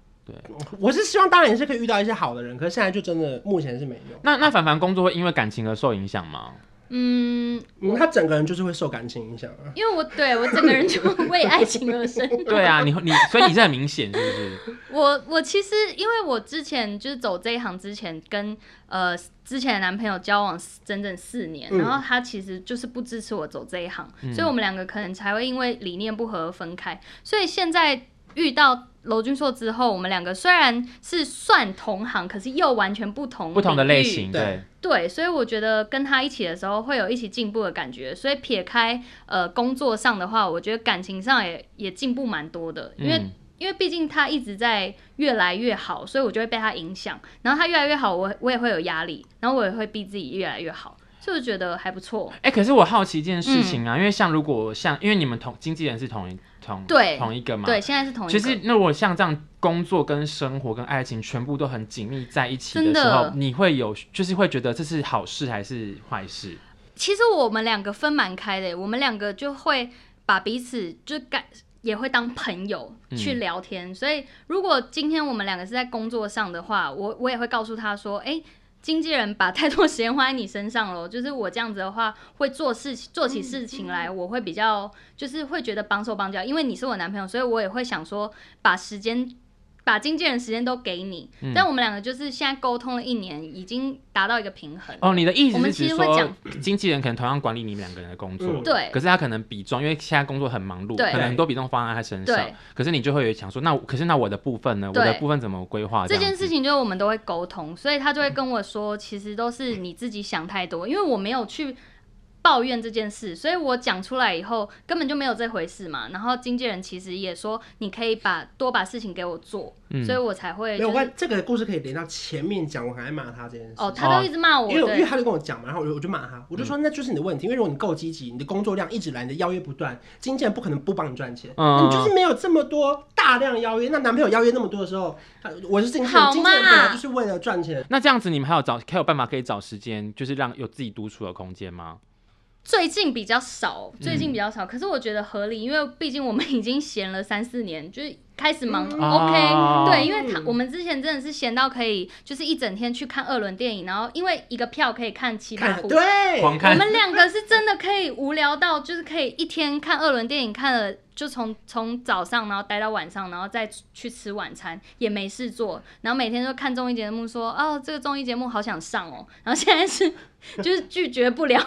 我是希望当然也是可以遇到一些好的人，可是现在就真的目前是没有。那那凡凡工作会因为感情而受影响吗？嗯，嗯，他整个人就是会受感情影响啊。因为我对我整个人就为爱情而生。 对啊，你你所以你是很明显是不是？我我其实因为我之前就是走这一行之前跟呃之前的男朋友交往整整四年，嗯然后他其实就是不支持我走这一行，嗯所以我们两个可能才会因为理念不合而分开。所以现在遇到娄俊硕之后，我们两个虽然是算同行，可是又完全不同不同的类领域型，对对，对，所以我觉得跟他一起的时候会有一起进步的感觉。所以撇开呃工作上的话，我觉得感情上也也进步蛮多的，因为、嗯因为毕竟他一直在越来越好，所以我就会被他影响。然后他越来越好，我我也会有压力，然后我也会逼自己越来越好，所以我觉得还不错。哎、可是我好奇一件事情嗯啊，因为像如果像，因为你们同经纪人是同一同对同一个嘛，对，现在是同一其个。实那我像这样工作跟生活跟爱情全部都很紧密在一起真的时候，的你会有就是会觉得这是好事还是坏事？其实我们两个分蛮开的，我们两个就会把彼此就感也会当朋友嗯去聊天。所以如果今天我们两个是在工作上的话，我我也会告诉他说，哎、经纪人把太多时间花在你身上了， 就是我这样子的话，会做事情做起事情来，我会比较就是会觉得帮手帮脚，因为你是我男朋友，所以我也会想说把时间把经纪人时间都给你。嗯但我们两个就是现在沟通了一年，已经达到一个平衡。哦，你的意我思们是其指实会说讲，经纪人可能同样管理你们两个人的工作，嗯对可是他可能比重，因为现在工作很忙碌，对可能很多比重放在他身上对，可是你就会有想说，那我可是那我的部分呢？我的对部分怎么规划？这啊件样子事情就是我们都会沟通，所以他就会跟我说，其实都是你自己想太多，因为我没有去抱怨这件事，所以我讲出来以后根本就没有这回事嘛。然后经纪人其实也说，你可以把多把事情给我做，嗯所以我才会、没有，就我是、这个故事可以连到前面讲，我还骂他这件事。哦，他都一直骂我，因为我因为对嗯他就跟我讲嘛，然后我就我就骂他，我就说那就是你的问题，因为如果你够积极，你的工作量一直来，你的邀约不断，经纪人不可能不帮你赚钱，嗯你就是没有这么多大量邀约。那男朋友邀约那么多的时候，他我是经纪好人，经纪人本来嘛就是为了赚钱。那这样子，你们还有找还有办法可以找时间，就是让有自己独处的空间吗？最近比较少，最近比较少，可是我觉得合理，因为毕竟我们已经闲了三四年，就是开始忙。嗯 OK，、哦对，因为他嗯我们之前真的是闲到可以，就是一整天去看二轮电影，然后因为一个票可以看七八看部。对，狂我看们两个是真的可以无聊到，就是可以一天看二轮电影，看了就从从早上，然后待到晚上，然后再去吃晚餐，也 没事做，然后每天都看综艺节目说，哦，这个综艺节目好想上哦，然后现在是就是拒绝不了，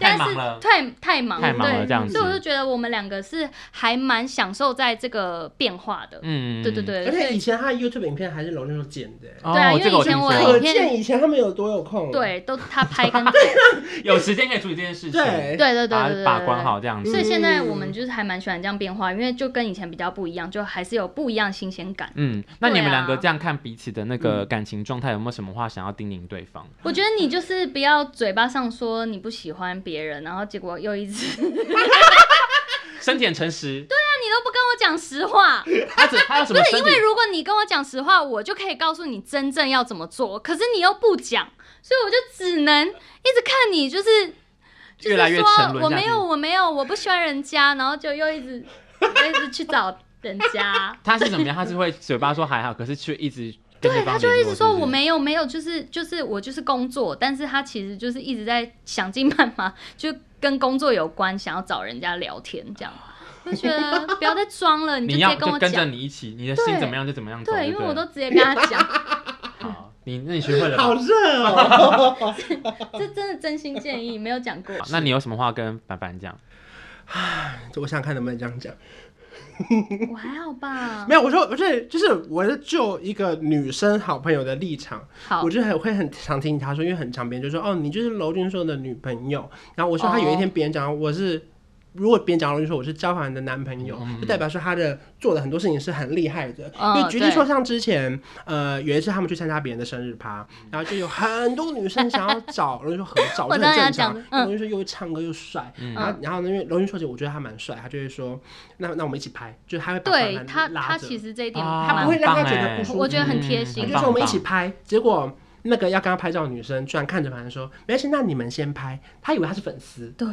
但忙是了太太忙，太忙了嗯对这样子所以我就觉得我们两个是还蛮享受在这个变化的，嗯，对对对，而所且以以前他的 YouTube 影片还是龙俊硕剪的欸，哦，对啊因为这个我以前听我说可 影见片以前他们有多有空。对都他 拍跟对有时间可以处理这件事情，对对对对把对对，把关好这样子所，以现在嗯我们就是还蛮喜欢这样变化，因为就跟以前比较不一样，就还是有不一样新鲜感。嗯，那你们对啊嗯两个这样看彼此的那个感情状态，有没有什么话想要叮咛对方？我觉得你就是不要嘴巴上说你不喜欢别人，然后结果又 一直你身体很诚实，都不跟我讲 实话。他只他有什么身因体为如果你跟我讲实话，我就可以告诉你真正要怎么做，可是你又不讲，所以我就只能一直看你，就是就是越来越沉说沦我下没去有，我没有，我不喜欢人家，然后就又一直又一直去找人家。他是怎么样？他是会嘴巴说还好，可是却一直跟对对，方他就会一联络直说是不是我没有没有，就是就是我就是工作，但是他其实就是一直在想尽办法，就跟工作有关，想要找人家聊天这样，就觉 得不要再装了，你就你直要接就我跟着讲。你一起，你的心对怎么样就怎么样走。对，因不为我都直接跟他 讲，好，你那你学会了好吧。热哦！ 这真的真心建议，没有讲过。好那你有什么话跟凡凡讲？我想看能不能这样讲。我还哦好吧？没有，我说不是，就是我是就一个女生好朋友的立场，好我，就很会很常听他说，因为很常别人就说哦，你就是娄俊硕的女朋友。然后我说他有一天别人讲我是，如果别人讲娄俊硕我是焦凡的男朋友，就代表说他的做的很多事情是很厉害的。嗯哦因为举例对说，像之前呃有一次他们去参加别人的生日趴，然后就有很多女生想要找娄俊硕合照，嗯 我这知道很你要正常讲的。因为嗯娄俊硕又唱歌又帅，嗯然后然后呢，因为娄俊硕姐我觉得他蛮帅，他就会说那那我们一起拍，就是他会把对凡凡他，拉他着其实这一点啊他不会让他觉很棒得欸不舒服，我觉得很贴心我嗯就很棒说我们一起拍，结果那个要跟他拍照的女生居然看着凡凡说：“没关系，那你们先拍。”他以为他是粉丝，对，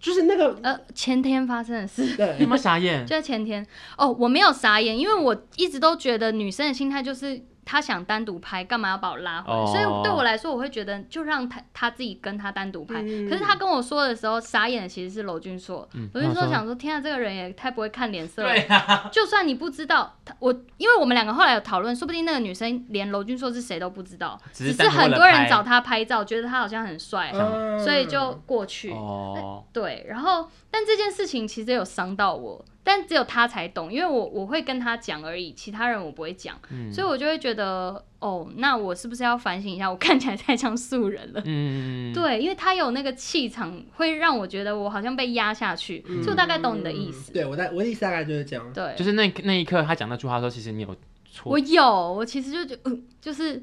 就是那个呃，前天发生的事。你有对没有傻眼就？在前天哦，我没有傻眼，因为我一直都觉得女生的心态就是她想单独拍，干嘛要把我拉回来？哦所以对我来说，我会觉得就让她她自己跟她单独拍。嗯可是她跟我说的时候，傻眼的其实是娄俊硕。娄俊他硕说想说：“天啊，这个人也太不会看脸色了。对啊，就算你不知道，他我因为我们两个后来有讨论，说不定那个女生连娄俊硕是谁都不知道，只只是是单独为很了多人拍找他拍照，觉得他好像很帅，嗯所以就过去。哦，对，然后但这件事情其实有伤到我，但只有他才懂，因为我我会跟他讲而已，其他人我不会讲，嗯所以我就会觉得哦，那我是不是要反省一下，我看起来太像素人了？嗯，对，因为他有那个气场，会让我觉得我好像被压下去，嗯所以我大概懂你的意嗯思。对我在我的意思大概就是这样。对，就是那那一刻他讲那句话的时候，其实你有错我，有，我其实就觉嗯，就是。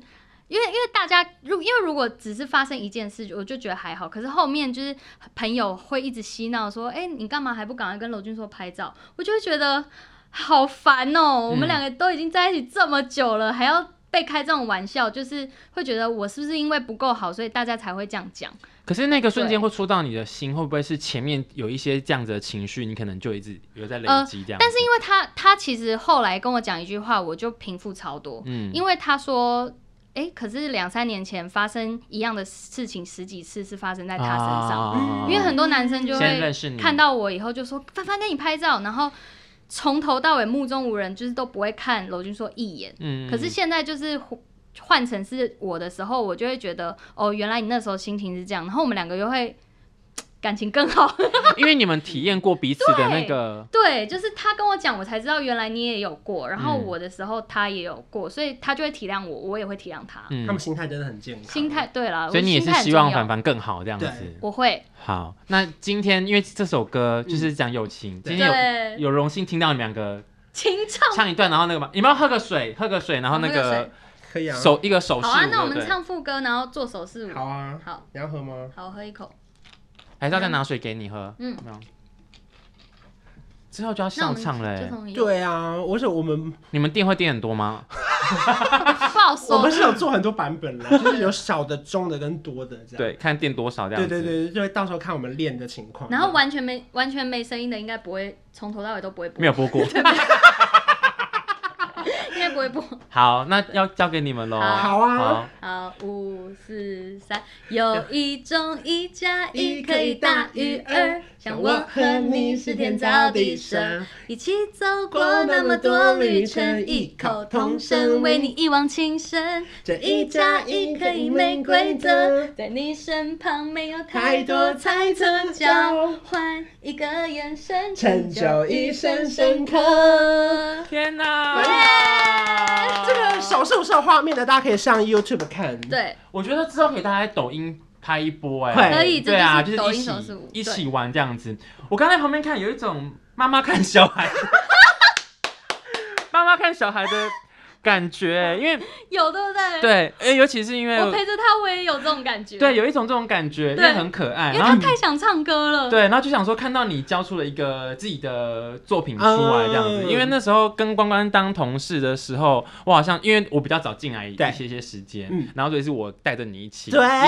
因为因为大家如因为如果只是发生一件事，我就觉得还好。可是后面就是朋友会一直嬉闹说：“哎、你干嘛还不赶快跟娄俊硕拍照？”我就会觉得好烦哦、我嗯们两个都已经在一起这么久了，还要被开这种玩笑，就是会觉得我是不是因为不够好，所以大家才会这样讲？可是那个瞬间对会戳到你的心，会不会是前面有一些这样子的情绪，你可能就一直有在累呃积这样子？但是因为他他其实后来跟我讲一句话，我就平复超多。嗯，因为他说，哎、可是两三年前发生一样的事情十几次是发生在他身上，啊因为很多男生就先会认识你，看到我以后就说，翻翻跟你拍照，然后从头到尾目中无人，就是都不会看娄俊硕一眼。嗯，嗯，可是现在就是换换成是我的时候，我就会觉得，哦，原来你那时候心情是这样，然后我们两个又会感情更好。 因为你们体验过彼此的那个，对，就是他跟我讲，我才知道原来你也有过，然后嗯我的时候他也有过，所以他就会体谅我，我也会体谅他。他们嗯，心态真的很健康，心态对啦，所以你也是我心态很希望重要凡凡更好这样子对。嗯我会好，那今天因为这首歌就是讲友情，今天有对有荣幸听到你们两个清唱。唱一段，然后那个嘛，你们要喝个水，喝个水，然后那我喝个个可以啊。手一个手势好舞，啊，那我对不们对，唱副歌，然后做手势舞。好啊，好，你要喝吗？好，我喝一口。还是要再拿水给你喝，嗯有没有，之后就要那我上唱们了就欸，从一对啊，而且我们你们店会店很多吗？不好我说们。是有做很多版本 的，就是有小的、中的跟多的这样。对，看店多少这样对子，对对，就会到时候看我们练的情况。然后完全没完全没声音的，应该不会从头到尾都不会播，没有播过，应该不微博。好，那要交给你们喽。好好啊好，好，五四三，有一种一加一可以大于二，像我和你是天造地设，一起走过那么多旅程，异口同声为你一往情深。这一加一可以没规则，，在你身旁没有太多猜测，交换一个眼神，成就一生深刻。天哪！这个手是不是有画面的？大家可以上 YouTube 看。，对，我觉得之后可以大家在抖音拍一波哎、会可以，这对啊，就是抖一音起手势舞，一对起玩这样子。我刚在旁边看，有一种妈妈看小孩， 妈妈看小孩的感觉，因为有对不对？。对，哎，尤其是因我为陪着他，我也有这种感觉。对，有一种这种感觉，因对为很可爱，因为然他后太想唱歌了。对，然后就想说看到你交出了一个自己的作品出来这样子，嗯因为那时候跟关关当同事的时候，我好像因为我比较早进来一对些些时间，嗯然后所以是我带着你一起一起对，哇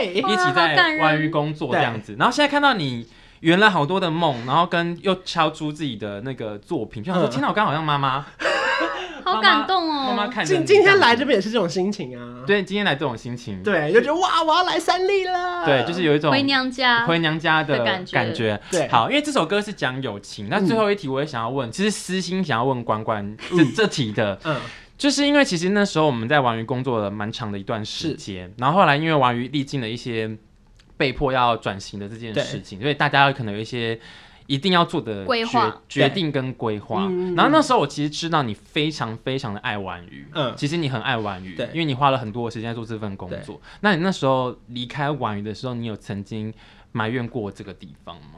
一起好感在人外遇工作这样子。然后现在看到你圆了好多的梦，然后跟又敲出自己的那个作品，就想说，嗯天哪，我刚好像妈妈，好感动哦。妈妈看着今你今天来这这样子，边也是这种心情啊。对，今天来这种心情，对，就觉得哇，我要来三立了。对，就是有一种回娘家。回娘家的的感觉感觉。对。嗯好，因为这首歌是讲友情，那最后一题我也想要问，其实私心想要问关关这这题的，嗯，就是因为其实那时候我们在玩鱼工作了蛮长的一段时间，然后后来因为玩鱼历尽了一些被迫要转型的这件对事情，所以大家可能有一些一定要做的规划决、决定跟规划嗯。然后那时候我其实知道你非常非常的爱玩鱼，嗯其实你很爱玩鱼对，因为你花了很多的时间在做这份工作。那你那时候离开玩鱼的时候，你有曾经埋怨过这个地方吗？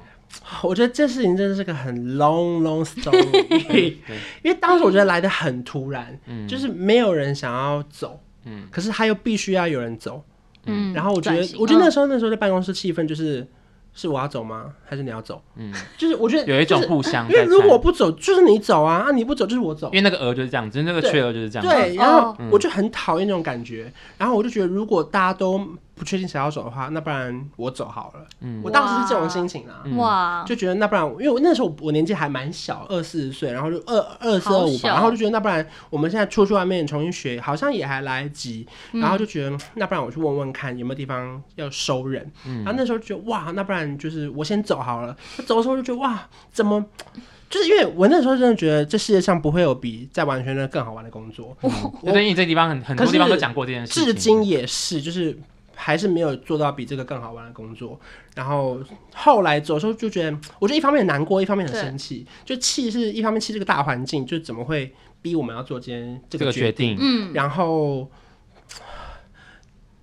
我觉得这事情真的是个很 long long story， 对，因为当时我觉得来的很突然，嗯就是没有人想要走，嗯可是他又必须要有人走。嗯然后我觉转得，型我觉得那嗯时候那时候在办公室气氛就是，是我要走吗？还是你要走？嗯，就是我觉得有一种呃就是互相因为在如猜果不走，就是你走啊，啊你不走就是我走因。为那个鹅就是这样子，那个对缺鹅就是这样子。对，嗯然后哦我就很讨厌那种感觉，然后我就觉得如果大家都不确定谁要走的话，那不然我走好了。嗯我当时是这种心情啊，嗯哦哇，就觉得那不然，因为我那时候我我年纪还蛮小，二四十岁，然后就二二四好二五吧，小然后就觉得那不然我们现在出去外面重新学，好像也还来得及，然后就觉得嗯那不然我去问问看有没有地方要收人，然后那时候就觉得哇，那不然就是我先走好了。我走的时候就觉得哇，怎么？就是因为我那时候真的觉得这世界上不会有比在玩圈乐更好玩的工作，对，对，因为这地方很很多可是地方都讲过这件事情，至今也是，就是还是没有做到比这个更好玩的工作。然后后来走的时候就觉得，我觉得一方面很难过，一方面很生气，就气是一方面气这个大环境，就怎么会逼我们要做今天这个这个决决定，嗯，然后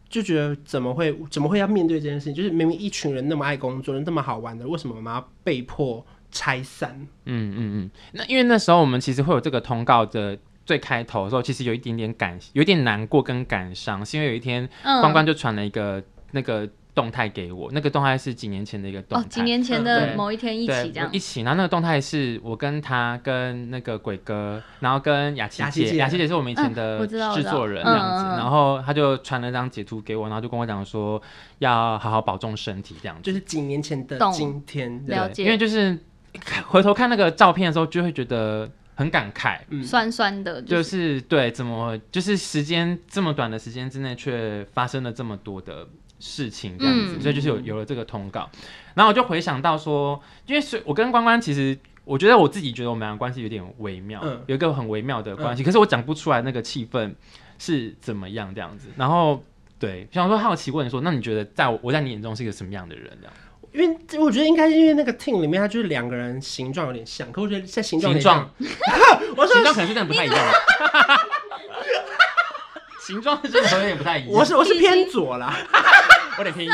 就觉得怎么会怎么会要面对这件事情？就是明明一群人那么爱工作，那么好玩的，为什么我们要被迫拆散？嗯嗯嗯。那因为那时候我们其实会有这个通告的最开头的时候，其实有一点点感，有一点难过跟感伤，是因为有一天嗯关关就传了一个那个动态给我，那个动态是几年前的一个动哦，态，几年前对的某一天一对起这样我一，起，然后那个动态是我跟他、跟那个鬼哥，然后跟雅琪雅琪姐，姐雅琪姐是我们以前的嗯我知道我制知道作人这样子，嗯嗯嗯然后他就传了张截图给我，然后就跟我讲说要好好保重身体这样子就，是几年前的懂今天，了对解因为就是 看回头看那个照片的时候，就会觉得很感慨，嗯酸酸的，就是是对，怎么就是时间这么短的时间之内，却发生了这么多的事情，这样子，嗯所以就是有有了这个通告，然后我就回想到说，因为是我跟关关其实。我觉得我自己觉得我们俩关系有点微妙，嗯有一个很微妙的关系，可是我讲不出来那个气氛是怎么样这样子。然后对，想说好奇问说，那你觉得在我我在你眼中是一个什么样的人？这样因为这我觉得应该是因为那个 team 里面，他就是两个人形状有点像，可我觉得在形状有点形状像，， 我形状说可能是真的不太一样， 形状是真的有点不太一样，我 是我是已经偏左啦，我得偏右。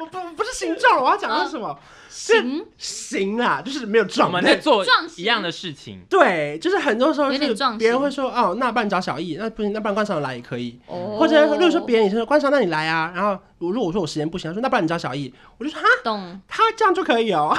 我不不是形状，我要讲的是什嗯么行，形啦，就是没有 我撞们在做撞一型样的事情，对，就是很多时候有点就是撞别人型会说哦，那不然你找小易，那不行，那不然关少来也可以，哦或者如果说别人也是说关少，那你来啊。然后我如果我说我时间不行，他说那不然你找小易，我就说哈，懂，他这样就可以哦。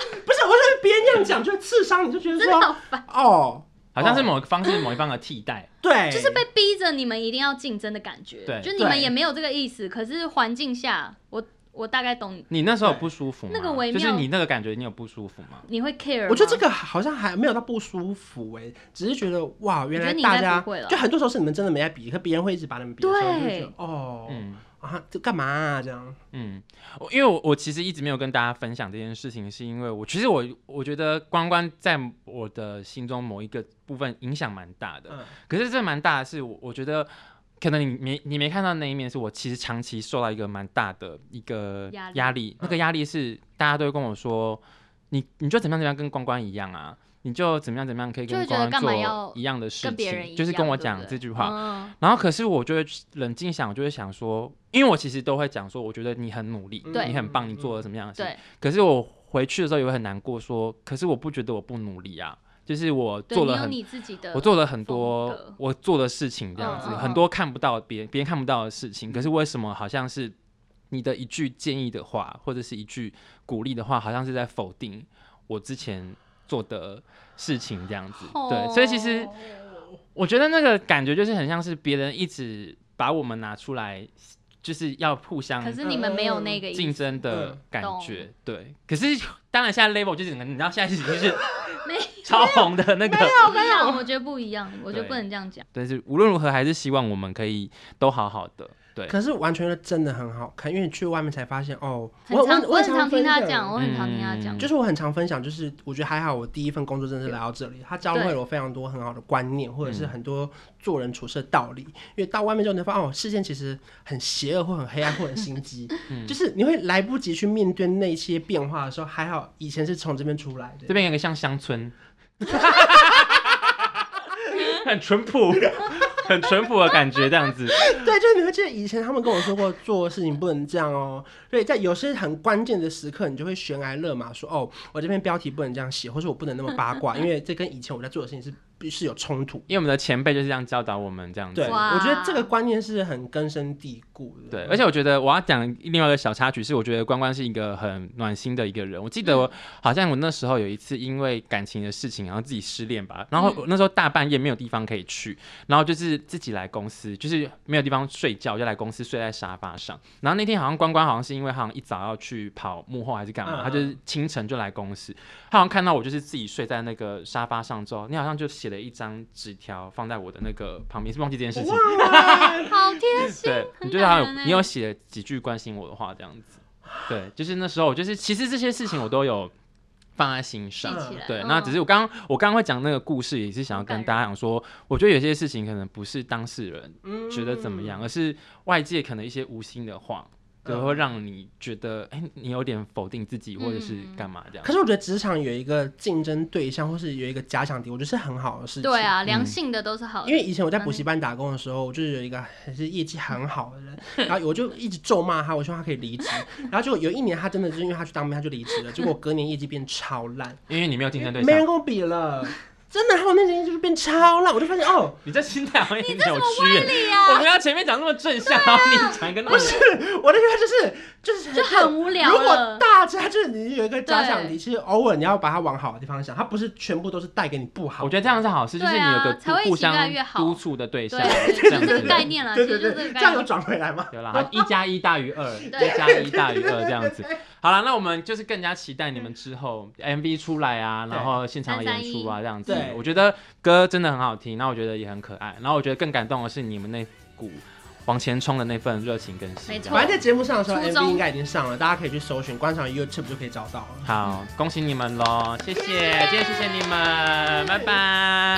不是，我说别人这样讲就会刺伤，你就觉得真的说好烦，哦，好像是某个方式、某一方的替代。对，就是被逼着你们一定要竞争的感觉，哎对就你们对也没有这个意思，可是环境下，我我大概懂你，你那时候有不舒服吗？哦那个微就是妙你那个感觉，你有不舒服吗？你会 care 我觉得吗这个好像还没有到不舒服哎、只是觉得哇，原来你应大该家不会了就很多时候是你们真的没在比，可别人会一直把你们比的时候，就觉对得哦、嗯啊，这干嘛啊这样？嗯，我因为我我其实一直没有跟大家分享这件事情，是因为我其实我我觉得关关在我的心中某一个部分影响蛮大的，嗯可是这蛮大的是我我觉得。可能你没你没看到那一面，是我其实长期受到一个蛮大的一个压力压力，那个压力是大家都会跟我说，你你就怎么样怎么样跟关关一样啊，你就怎么样怎么样可以就跟会觉关得关干嘛要做一样的事跟别人一情，样，就是跟我对不讲对这句话，嗯然后可是我就会冷静想，我就会想说，因为我其实都会讲说，我觉得你很努力，对你很棒，你做了什么样的事。嗯对，可是我回去的时候也会很难过说，可是我不觉得我不努力啊，就是我对做你了有很。你自己的，我做了很多风格我做的事情，这样子、嗯嗯嗯嗯很多看不到别人别人看不到的事情，可是为什么好像是你的一句建议的话，或者是一句鼓励的话，好像是在否定我之前做的事情这样子？对，所以其实哦我觉得那个感觉就是很像是别人一直把我们拿出来，就是要互相可是你们没有那个嗯意竞争的感嗯觉。对，可是当然现在 level 就是整个，你知道现在已经是 没超红的那个，不一样，我觉得不一样，我觉得对不能这样讲。但是无论如何还是希望我们可以都好好的。对，可是完全的真的很好看，因为你去外面才发现哦，很我常我很常听他分享讲，我很常听他嗯讲，就是我很常分享，就是我觉得还好，我第一份工作真的是来到这里，它教会了我非常多很好的观念，或者是很多做人处事的道理。因为到外面之后，你会发现哦，世界其实很邪恶，或很黑暗，或很心 机，就是你会来不及去面对那些变化的时候，还好以前是从这边出来这的。边有个像乡 村，很淳朴，很淳朴的感觉，这样子。 对，就是你会记得以前他们跟我说过，做事情不能这样哦。所以在有些很关键的时刻，你就会悬崖勒马，说哦，我这篇标题不能这样写，或是我不能那么八 卦，因为这跟以前我在做的事情是必是有冲突的。因为我们的前辈就是这样教导我们，这样子对，。哇我觉得这个观念是很根深蒂固的。对，而且我觉得我要讲另外一个小插曲，是我觉得关关是一个很暖心的一个人。我嗯记得我好像我那时候有一次因为感情的事情，然后自己失恋吧，然嗯后我那时候大半夜没有地方可以去，然后就是自己来公司，就是没有地方睡觉，就来公司睡在沙发上。然后那天好像关关好像是因为好像一早要去跑幕后还是干嗯嘛，他就是清晨就来公司，他好像看到我就是自己睡在那个沙发上之后，你好像就写了一张纸条放在我的那个旁边，是忘记这件事 情。哇，好贴心。嗯对，你很觉得好感像有人你有欸写几句关心我的话这样子，对，就是那时候我就是其实这些事情我都有放在心记上。起来，对，嗯那只是我刚刚我刚刚会讲那个故事，也是想要很感跟大家讲说，我觉得有些事情可能不是当事人嗯觉得怎么样，而是外界可能一些无心的话，就嗯会让你觉得，哎、你有点否定自己，或者是嗯干嘛这样。可是我觉得职场有一个竞争对象，或是有一个假想敌，我觉得是很好的事情。对。嗯啊，良性的都是好的，因为以前我在补习班打工的时候，我就是有一个还是业绩很好 的人，然后我就一直咒骂他，我希望他可以离职。然后结果有一年，他真的就是因为他去当兵，他就离职了。结果隔年业绩变超烂，因为你没有竞争对没象人，跟我比了， 真的，他们面前就是变超烂。我就发现哦，你这心态好像有点扭歪曲。理我啊，们要前面讲那么正向，然后你讲一个那么不是 我的意思就是就是就很无聊如果了。大家就是你有一个假想敌，其实偶尔你要把它往好的地方想，它不是全部都是带给你不好。我觉得这样是好事，就是对你啊有个才会互一起越来相越好督促的对象，对，这 就样是这个子。概念啦，啊对其实对就是对，这个概样有念。转回来吗？ 有啦，一加一大于二，一对加一大于二这样 子。好了，那我们就是更加期待你们之后 MV 出来啊，对然后现场的演出啊，这样子对。我觉得歌真的很好听，那我觉得也很可爱，然后我觉得更感动的是你们那股往前冲的那份热情跟心。没错反正在节目上的时候初中，MV 应该已经上了，大家可以去搜寻，观赏 YouTube 就可以找到了。好，恭喜你们喽！谢谢，今天谢谢你们，拜拜。